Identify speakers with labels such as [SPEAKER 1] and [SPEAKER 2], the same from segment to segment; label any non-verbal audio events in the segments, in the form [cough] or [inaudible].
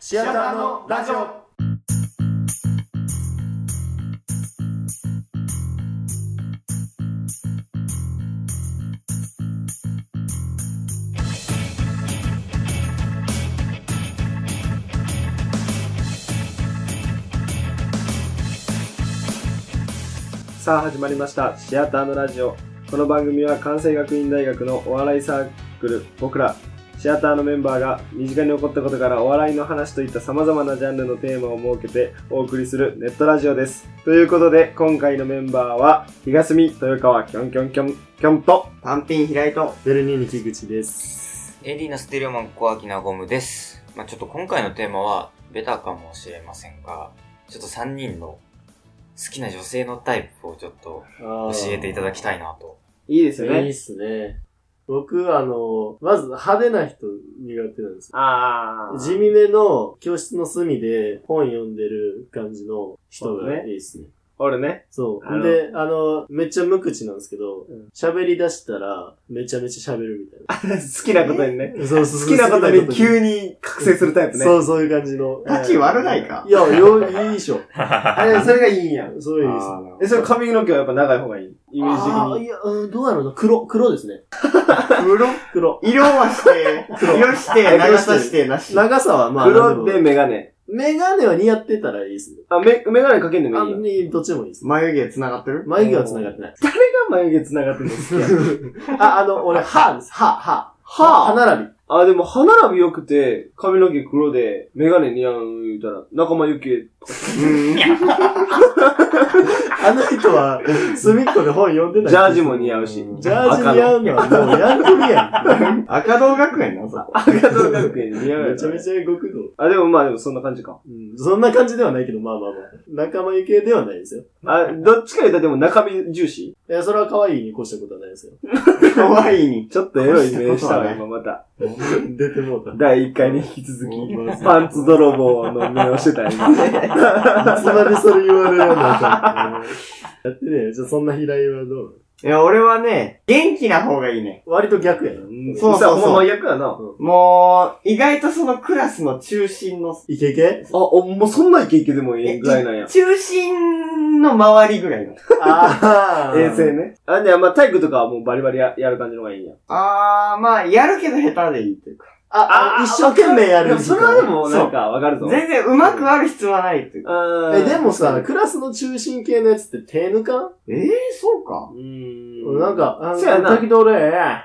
[SPEAKER 1] シアターのラジオさあ始まりましたシアターのラジオこの番組は関西学院大学のお笑いサークル僕らシアターのメンバーが身近に起こったことからお笑いの話といった様々なジャンルのテーマを設けてお送りするネットラジオですということで今回のメンバーは東見豊川きょんきょんきょんきょんと
[SPEAKER 2] 単品開いと。
[SPEAKER 1] ベルニーニ木口です
[SPEAKER 3] エディのステレオマン小秋なゴムです。まあ、ちょっと今回のテーマはベタかもしれませんが、ちょっと3人の好きな女性のタイプをちょっと
[SPEAKER 2] 教
[SPEAKER 3] 教えていただきたいなと。
[SPEAKER 1] いいですよ
[SPEAKER 2] いい
[SPEAKER 1] ね
[SPEAKER 2] っすね。僕、あの、まず派手な人苦手なんですよ。
[SPEAKER 1] ああ
[SPEAKER 2] 地味めの教室の隅で本読んでる感じの人がいいっすね。
[SPEAKER 1] 俺ね [laughs]
[SPEAKER 2] そ
[SPEAKER 1] あの
[SPEAKER 2] う。で、あの、めっちゃ無口なんですけど
[SPEAKER 1] うん、
[SPEAKER 2] 喋、り出したら、めちゃめちゃ喋るみたいな。
[SPEAKER 1] 好きなことにね
[SPEAKER 2] そうそう
[SPEAKER 1] 好きなことに
[SPEAKER 2] に
[SPEAKER 1] 急に覚醒するタイプね
[SPEAKER 2] そう、そういう感じの。
[SPEAKER 1] 立ち悪ないか
[SPEAKER 2] いや、よ、いいでしょ。
[SPEAKER 1] あれそれがいいんやん
[SPEAKER 2] そういう意味です。
[SPEAKER 1] え、それ髪の毛はやっぱ長い方がいいイ
[SPEAKER 2] イ
[SPEAKER 1] メージ的
[SPEAKER 2] い
[SPEAKER 1] に。
[SPEAKER 2] や、うんどうやろうな。黒、黒ですね。
[SPEAKER 4] 黒
[SPEAKER 2] [laughs] 黒。
[SPEAKER 4] 色はして、色して、長さして、なし。
[SPEAKER 2] 長さはまあ、
[SPEAKER 1] 黒
[SPEAKER 2] なん
[SPEAKER 1] で
[SPEAKER 2] も
[SPEAKER 1] メガネ。
[SPEAKER 2] メガネは似合ってたらいいですね。
[SPEAKER 1] あ、メ、メガネかけんでも
[SPEAKER 2] あ
[SPEAKER 1] いいよ。
[SPEAKER 2] にどっちでもいいです。
[SPEAKER 4] 眉毛繋がってる
[SPEAKER 2] 眉毛は繋が [laughs] ってない。
[SPEAKER 1] 誰が眉毛繋がってるんですか
[SPEAKER 4] [laughs]
[SPEAKER 2] あ、あの、俺、歯です。歯、歯。歯
[SPEAKER 1] は
[SPEAKER 2] 並び。
[SPEAKER 1] あ、あ、でも歯並び良くて、髪の毛黒で、メガネ似合う言うたら、仲間由紀
[SPEAKER 4] うん。
[SPEAKER 2] あの人は、隅っこで本読んでない。
[SPEAKER 1] ジャージも似合うし。
[SPEAKER 2] ジャージ似合うのはもうやんこりやん。
[SPEAKER 4] 赤道学園な、さ。
[SPEAKER 1] 赤道学園に似合うよ。
[SPEAKER 2] めちゃめちゃ極道。
[SPEAKER 1] あ、でもまあでもそんな感じか。
[SPEAKER 2] うん、そんな感じではないけど、まあまあまあ。仲間由紀恵ではないですよ。
[SPEAKER 1] あ、どっちか言ったらでも中身重視
[SPEAKER 2] いや、それは可愛いに越したことはないですよ。
[SPEAKER 4] 可愛いに。
[SPEAKER 1] ちょっとエロい目したわ、
[SPEAKER 4] そうだね
[SPEAKER 1] 今また。
[SPEAKER 2] 出てもうた。
[SPEAKER 1] 第1回に引き続き、
[SPEAKER 2] ほんまですね
[SPEAKER 1] パンツ泥棒の目をしてた今。
[SPEAKER 4] [laughs]
[SPEAKER 2] いつまでそれ言われるようになったのやってねえよじゃあそんな平井はどう
[SPEAKER 4] いや、俺はね、元気な方がいいね。
[SPEAKER 2] 割と逆やな。
[SPEAKER 4] そうそうそう
[SPEAKER 1] さほんま真逆やな。あ、
[SPEAKER 4] もう、意外とそのクラスの中心の、
[SPEAKER 2] イケイケ
[SPEAKER 1] お、もうそんなイケイケでもいいぐらいなんや。
[SPEAKER 4] 中心の周りぐらいの。
[SPEAKER 2] あ
[SPEAKER 1] 衛生ね。あ、で、まあ、体育とかはもうバリバリややる感じの方がいいんや。
[SPEAKER 4] あー、まあ、やるけど下手でいいというか。
[SPEAKER 2] あ、あ一生懸命や
[SPEAKER 1] で
[SPEAKER 2] る
[SPEAKER 1] も
[SPEAKER 2] 人
[SPEAKER 1] それはでもなんかわかるぞ。
[SPEAKER 4] 全然上手くある必要はないというか。
[SPEAKER 2] え、
[SPEAKER 1] え
[SPEAKER 2] でもさ、、クラスの中心系のやつって手抜かん
[SPEAKER 4] えー、そうか
[SPEAKER 1] う。ーん。
[SPEAKER 2] なん、か、あの、
[SPEAKER 1] そうやな
[SPEAKER 2] 時と俺やな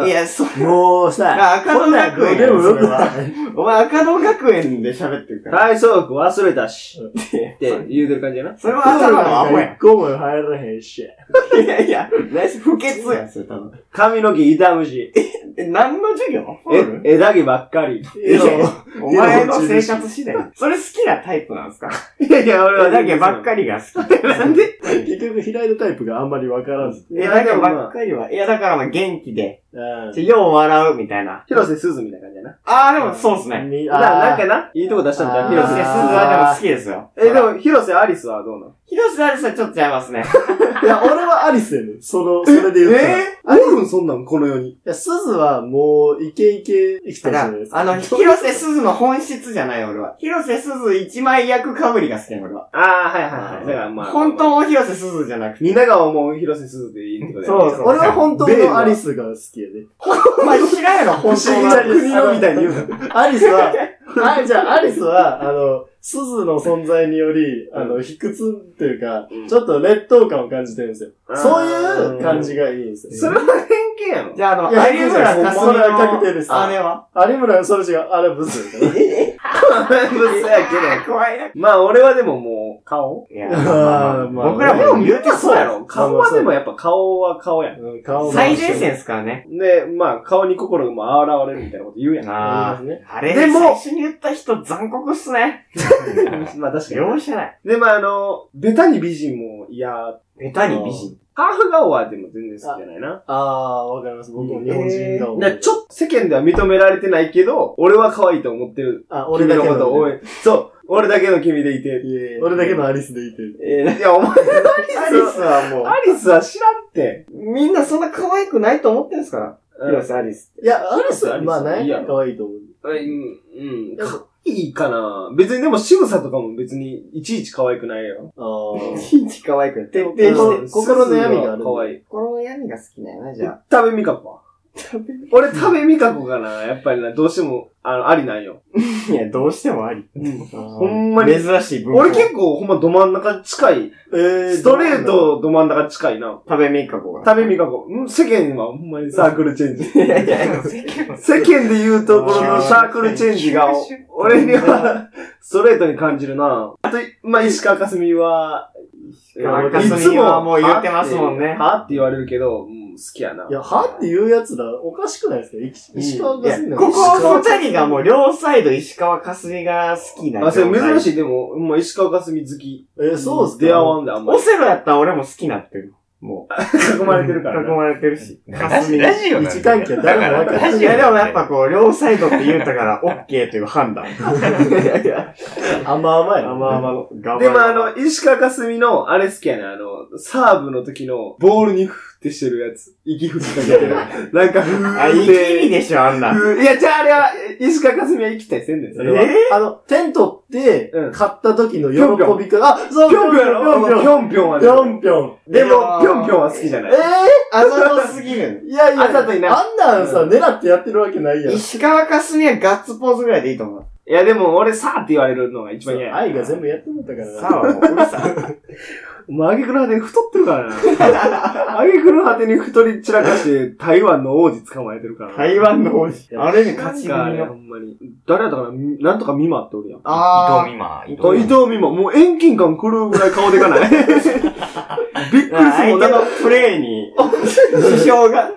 [SPEAKER 1] うん
[SPEAKER 4] いや、そう。
[SPEAKER 2] もうさ、
[SPEAKER 4] あ赤
[SPEAKER 2] こ
[SPEAKER 4] 道
[SPEAKER 2] んなん
[SPEAKER 4] 学
[SPEAKER 2] どう
[SPEAKER 4] 園
[SPEAKER 2] で
[SPEAKER 4] や
[SPEAKER 2] も
[SPEAKER 4] ろ、そ
[SPEAKER 2] よ
[SPEAKER 4] れ
[SPEAKER 2] く
[SPEAKER 4] は。
[SPEAKER 2] ない。
[SPEAKER 4] お前赤道学園で喋ってるから。
[SPEAKER 1] 体操服忘れたし。
[SPEAKER 2] うん
[SPEAKER 1] って言うてる感じやな。
[SPEAKER 4] それは頭のアホや
[SPEAKER 2] 一。個も入らへんし。
[SPEAKER 4] いやいや、不潔やん、それ多分。
[SPEAKER 1] 髪の毛痛むし、
[SPEAKER 4] え、何の授業
[SPEAKER 1] え、枝毛ばっかり。
[SPEAKER 2] いや
[SPEAKER 4] お前の生活次第。それ好きなタイプなんですか
[SPEAKER 1] いやいや、俺は。
[SPEAKER 4] 枝だけばっかりが好き。 [laughs] なんで
[SPEAKER 2] 結局、平井のタイプがあんまりわからん。うん。
[SPEAKER 4] え、だけばっかりは。いや、だからまあ元気で、ちょよう笑うみたいな。
[SPEAKER 1] 広瀬すずみたいな感じやな。
[SPEAKER 4] あー、でもそうっすね。
[SPEAKER 2] み
[SPEAKER 1] ななんか
[SPEAKER 2] あ
[SPEAKER 1] な、いいとこ出したんだ
[SPEAKER 2] あ
[SPEAKER 1] よ、
[SPEAKER 2] ー
[SPEAKER 4] 広
[SPEAKER 1] 広
[SPEAKER 4] 瀬すず
[SPEAKER 1] 瀬。
[SPEAKER 4] はでも好きですよ。
[SPEAKER 1] え、で、も、広瀬アリスはどうなの
[SPEAKER 4] 広瀬アリスはちょっと違いますね。
[SPEAKER 2] ーいや、俺はアリスやねん。その、それで言った
[SPEAKER 1] あ
[SPEAKER 2] ら。
[SPEAKER 1] るんそんなん、この世に。
[SPEAKER 2] いや、すずはもう、イケイケ生きて
[SPEAKER 4] だ
[SPEAKER 2] るじ
[SPEAKER 4] か
[SPEAKER 2] ゃ
[SPEAKER 4] ら
[SPEAKER 2] ないです、か。
[SPEAKER 4] あの、広瀬すずの本質じゃない、俺は。広瀬すず一枚役かぶりが好きなの、俺は。
[SPEAKER 1] ああ、はいはいはい。だからまあ。
[SPEAKER 4] 本当の広瀬すずじゃな
[SPEAKER 1] [laughs]
[SPEAKER 4] くて。
[SPEAKER 1] 皆が思う広瀬すずでいいってことだよね
[SPEAKER 4] そうそう
[SPEAKER 2] 俺は本当のアリスが好きやね。
[SPEAKER 4] お前知らんやろ、本
[SPEAKER 1] 不
[SPEAKER 4] 当
[SPEAKER 1] 思議
[SPEAKER 4] の
[SPEAKER 1] な国のみたいに言うな。
[SPEAKER 2] アリスは、 [laughs] あ、じゃあ、アリスは、あの、すずの存在により、あの、卑屈っていうか
[SPEAKER 1] うん、
[SPEAKER 2] ちょっと劣等感を感じてるんですよ。そういう感じがいいんです
[SPEAKER 1] そ
[SPEAKER 2] よ。
[SPEAKER 1] れは偏見やろ。
[SPEAKER 4] じゃあ、あの、
[SPEAKER 2] いや
[SPEAKER 4] 有村架
[SPEAKER 2] そ
[SPEAKER 4] 純
[SPEAKER 2] れは確定です
[SPEAKER 4] の姉は
[SPEAKER 2] 有村、それ違う。あれ、ブスみたいな。
[SPEAKER 1] 嘘やけど。
[SPEAKER 4] 怖いな。
[SPEAKER 1] まあ、俺はでももう、顔
[SPEAKER 4] いや、
[SPEAKER 2] まあ
[SPEAKER 4] まあ
[SPEAKER 2] まあ
[SPEAKER 4] 僕らも言うてそうやろ。
[SPEAKER 1] ろ。顔はでもやっぱ顔は顔やん。
[SPEAKER 2] うん顔
[SPEAKER 4] 最前線ですからね。
[SPEAKER 1] で、まあ、顔に心も現れるみたいなこと言うやん。
[SPEAKER 4] あ
[SPEAKER 2] あね。
[SPEAKER 4] あ。あれ、
[SPEAKER 1] で
[SPEAKER 4] で
[SPEAKER 1] も
[SPEAKER 4] も、最初に言った人残酷っすね。
[SPEAKER 1] まあ、確か
[SPEAKER 4] 容赦ない。
[SPEAKER 1] に。で、まあ、あの、ベタに美人も嫌。
[SPEAKER 4] ベタに美人。
[SPEAKER 1] ハーフ顔はでも全然好きじゃないな。
[SPEAKER 2] ああ、わかります。僕も日本人だもん。
[SPEAKER 1] でちょっと世間では認められてないけど、俺は可愛いと思ってる。
[SPEAKER 2] あ、俺だけ
[SPEAKER 1] 君のこと
[SPEAKER 2] の
[SPEAKER 1] を応援。そう、俺だけの君でいて。
[SPEAKER 2] 俺だけのアリスでいてる。
[SPEAKER 1] えーいや、お前、 [laughs]
[SPEAKER 4] アリスはも
[SPEAKER 1] アリスは知らんって。
[SPEAKER 4] う、みんなそんな可愛くないと思ってんすから。広瀬アリス。
[SPEAKER 2] いや、アリスは、まあ、
[SPEAKER 1] アリスはい
[SPEAKER 2] 何
[SPEAKER 1] いや
[SPEAKER 2] や
[SPEAKER 1] ろ
[SPEAKER 2] 可愛いと思う。
[SPEAKER 1] うん、うん。いいかな別にでも仕草とかも別にいちいち可愛くないよ。
[SPEAKER 2] あー [laughs]
[SPEAKER 4] いちいち可愛くない徹底
[SPEAKER 1] で
[SPEAKER 4] してる。
[SPEAKER 2] 心の闇があるんだ
[SPEAKER 1] 可愛い。
[SPEAKER 4] 心の闇が好きだよな、じゃあ。
[SPEAKER 1] 食べみかこは俺食べみかこかなやっぱりな、どうしても、あの、ありなんよ。
[SPEAKER 4] いや、どうしてもあり。
[SPEAKER 2] ほ
[SPEAKER 4] ほ
[SPEAKER 1] んまに
[SPEAKER 4] 珍しい文化。
[SPEAKER 1] 俺結構ほんまど真ん中近い。
[SPEAKER 2] えー
[SPEAKER 1] ストレートど真ん中近いな。
[SPEAKER 4] 食べみかこが。
[SPEAKER 1] 食べみかこ。うん世間はほんまにサークルチェンジ。
[SPEAKER 4] いやいやいや
[SPEAKER 1] 世間で言うところのサークルチェンジが
[SPEAKER 3] 九州、
[SPEAKER 1] 俺にはストレートに感じるな。あと、まあ、石川かすみは、
[SPEAKER 4] 川かすみはい
[SPEAKER 1] つ
[SPEAKER 4] もう言ってますもんね
[SPEAKER 1] はって言われるけど、うん、好きやな。
[SPEAKER 2] いや、はっていうやつだ。おかしくないですかい石川
[SPEAKER 4] い
[SPEAKER 2] が
[SPEAKER 4] や
[SPEAKER 2] 住んで
[SPEAKER 4] ここ
[SPEAKER 2] 二
[SPEAKER 4] 二人がもう両サイド石川かすみが好きな
[SPEAKER 1] あ、それ珍
[SPEAKER 4] い。
[SPEAKER 1] しい。でも、ほんま石川かすみ好き。
[SPEAKER 2] えー、そうっすか
[SPEAKER 1] 出会わんで、あんま
[SPEAKER 4] オ
[SPEAKER 1] り。
[SPEAKER 4] セロやったら俺も好きになってる。もう。
[SPEAKER 1] 囲まれてるから
[SPEAKER 4] [laughs] 囲
[SPEAKER 1] な。
[SPEAKER 4] まれてるし。
[SPEAKER 3] ラジラジオなん
[SPEAKER 2] 位置関係は誰も
[SPEAKER 3] だ
[SPEAKER 2] 分か
[SPEAKER 3] か
[SPEAKER 2] んな
[SPEAKER 3] ら
[SPEAKER 2] い
[SPEAKER 3] ラ
[SPEAKER 4] い
[SPEAKER 3] ジオ
[SPEAKER 4] や、でもやっ
[SPEAKER 3] ぱ、
[SPEAKER 4] ぱこう、両サイドって言うたから、オッケーという判断。いやいや、
[SPEAKER 2] 甘々やな。
[SPEAKER 4] まあまあまあ、頑張
[SPEAKER 1] でもあの、石川かすみの、あれ好きやね、あの、サーブの時の、ボールにふってしてるやつ。息吹きかけてる。
[SPEAKER 4] [laughs]
[SPEAKER 1] なんか、ふ
[SPEAKER 4] あ、
[SPEAKER 1] ー
[SPEAKER 4] い
[SPEAKER 1] っ
[SPEAKER 4] い
[SPEAKER 1] て。
[SPEAKER 4] でしょ、あんな。
[SPEAKER 1] いや、じゃああれは、石川かすみは生きたりせんねん、それは。
[SPEAKER 4] え
[SPEAKER 2] あの、テントって
[SPEAKER 1] うん、
[SPEAKER 2] 買った時の喜びから、あ、そう、
[SPEAKER 1] ぴょんぴょんや
[SPEAKER 2] ぴょんぴょ
[SPEAKER 1] ろぴょんぴょんは
[SPEAKER 2] んぴ
[SPEAKER 1] ね。
[SPEAKER 2] ょんぴょん。
[SPEAKER 1] で
[SPEAKER 4] いや
[SPEAKER 1] も、
[SPEAKER 4] ー
[SPEAKER 1] ぴょんぴょんは好きじゃない。
[SPEAKER 4] あざとすぎる。
[SPEAKER 2] いやいや、
[SPEAKER 1] あざといな
[SPEAKER 2] あんなんさ、
[SPEAKER 1] うん
[SPEAKER 2] 狙ってやってるわけないやん。
[SPEAKER 4] 石川かすみはガッツポーズぐらいでいいと思う。
[SPEAKER 1] いや、でも俺さーって言われるのが一番嫌や。
[SPEAKER 2] 愛が全部やってもったからな。
[SPEAKER 4] さあ、もう、うるさい。
[SPEAKER 1] まあ、挙句の果てに太ってるからな。 [laughs] 挙句の果てに太り散らかして、台湾の王子捕まえてるからな。
[SPEAKER 4] 台湾の王子。あれに
[SPEAKER 1] な
[SPEAKER 4] 勝
[SPEAKER 1] ん
[SPEAKER 4] ち
[SPEAKER 1] かあ
[SPEAKER 4] 組
[SPEAKER 1] れ、
[SPEAKER 4] の
[SPEAKER 1] ほ。んまに。誰やったかなみなんとかミマっておるやん。
[SPEAKER 3] 伊藤
[SPEAKER 4] あ
[SPEAKER 3] 美馬、伊
[SPEAKER 1] 伊藤美も、もう遠近感狂うぐらい顔でか [laughs] ない。びっくりする
[SPEAKER 4] あ、
[SPEAKER 1] も
[SPEAKER 4] 相
[SPEAKER 1] ん、な
[SPEAKER 4] 手
[SPEAKER 1] ん
[SPEAKER 4] のプレーに、支障が。
[SPEAKER 1] か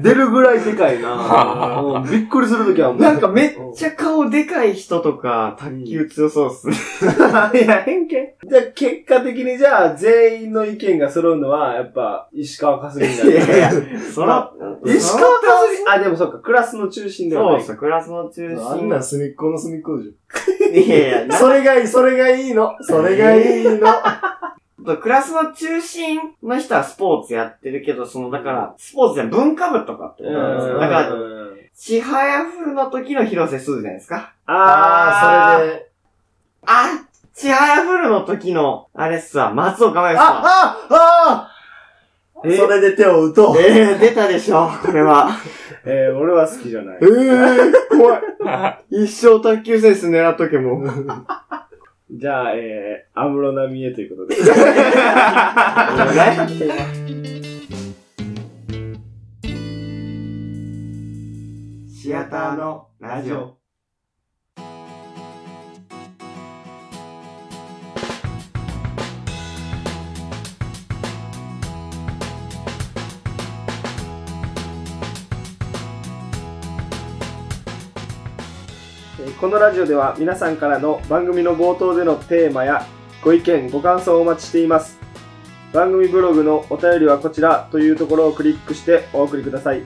[SPEAKER 1] 出るぐらいでかい [laughs] な。うんびっくりするときはもう。
[SPEAKER 4] なんかめっちゃ顔でかい人とか、卓球強そうっすね。 [laughs]
[SPEAKER 1] いや、偏見。じゃあ、結果的にじゃあ、全員の意見が揃うのは、やっぱ、石川かすみになる。
[SPEAKER 4] やいや、そら、
[SPEAKER 1] 石川かすみあ、でもそっか、クラスの中心では
[SPEAKER 4] そ
[SPEAKER 1] な
[SPEAKER 4] う
[SPEAKER 1] い。
[SPEAKER 4] そう、クラスの中
[SPEAKER 2] あん
[SPEAKER 4] 心。
[SPEAKER 2] なん隅っこの隅っこでし
[SPEAKER 4] いやい
[SPEAKER 2] ょ。
[SPEAKER 4] や、
[SPEAKER 2] それがいい、それがいいの。それがいいの。
[SPEAKER 4] クラスの中心の人はスポーツやってるけど、その、だから、スポーツじゃない文化部とかってことなんですよ。だから、
[SPEAKER 1] ら、
[SPEAKER 4] ちはやふの時の広瀬すずじゃないですか。
[SPEAKER 1] あー、
[SPEAKER 2] あ
[SPEAKER 1] そ
[SPEAKER 2] あ、そ
[SPEAKER 1] れで。
[SPEAKER 2] れで。
[SPEAKER 4] あちはやふるの時の、あれっすわ、松岡真由さん。
[SPEAKER 2] あ、あ、ああ
[SPEAKER 1] え
[SPEAKER 2] それで手を打とう。
[SPEAKER 4] えー、出たでしょ、これは。
[SPEAKER 1] えー、俺は好きじゃない
[SPEAKER 4] え。ー、怖い。 [laughs] 一生卓球選手狙っとけもう。
[SPEAKER 1] じゃあ、えー、安室奈美恵ということで。
[SPEAKER 4] シアターのラジオ。
[SPEAKER 1] えーこのラジオでは皆さんからの番組の冒頭でのテーマやご意見ご感想をお待ちしています番組ブログのお便りはこちらというところをクリックしてお送りください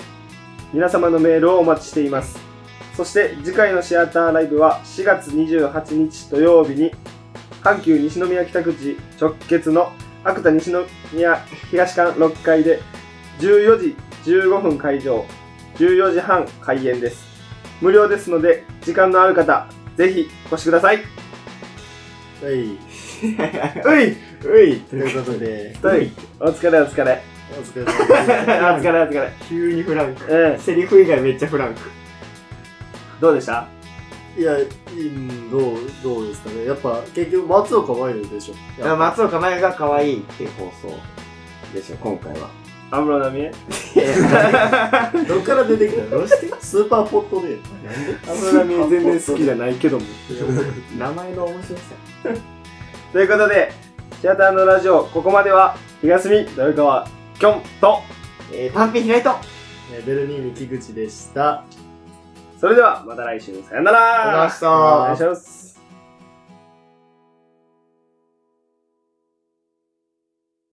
[SPEAKER 1] 皆様のメールをお待ちしていますそして次回のシアターライブは4月28日土曜日に阪急西宮北口直結の芥田西宮東館6階で14時15分会場14時半開演です無料ですので時間のある方ぜひお越しください
[SPEAKER 2] [laughs] はい。
[SPEAKER 1] ういう
[SPEAKER 4] い。
[SPEAKER 2] ということで、
[SPEAKER 1] ういお疲れお疲 [laughs] れ
[SPEAKER 2] お疲れ様で
[SPEAKER 1] お疲
[SPEAKER 2] [laughs]
[SPEAKER 1] れお疲れ
[SPEAKER 4] 急にフランク。
[SPEAKER 1] うん
[SPEAKER 4] セリフ以外めっちゃフランク。
[SPEAKER 1] どうでした
[SPEAKER 2] す。いや、うん、どう、どうですかね。やっぱ、結局、松岡ワイルドでしょ。
[SPEAKER 4] だから松岡真由が可愛いっていう放送でしょ、今回は。
[SPEAKER 1] 安室奈美 [laughs] 恵
[SPEAKER 2] どっから出てきたのどうしてスーパーポット
[SPEAKER 4] [laughs]
[SPEAKER 2] で。
[SPEAKER 1] 安室奈美恵全然好きじゃないけども
[SPEAKER 4] [laughs]
[SPEAKER 1] [laughs]
[SPEAKER 4] 名前の面白さ。
[SPEAKER 1] ということでシアターのラジオここまでは東見豊川きょんと
[SPEAKER 4] えー、パンピン開いと
[SPEAKER 2] えベルニーニ菊池でした。
[SPEAKER 1] それではまた来週さよなら
[SPEAKER 4] お願いし
[SPEAKER 1] お願
[SPEAKER 4] ます
[SPEAKER 1] いします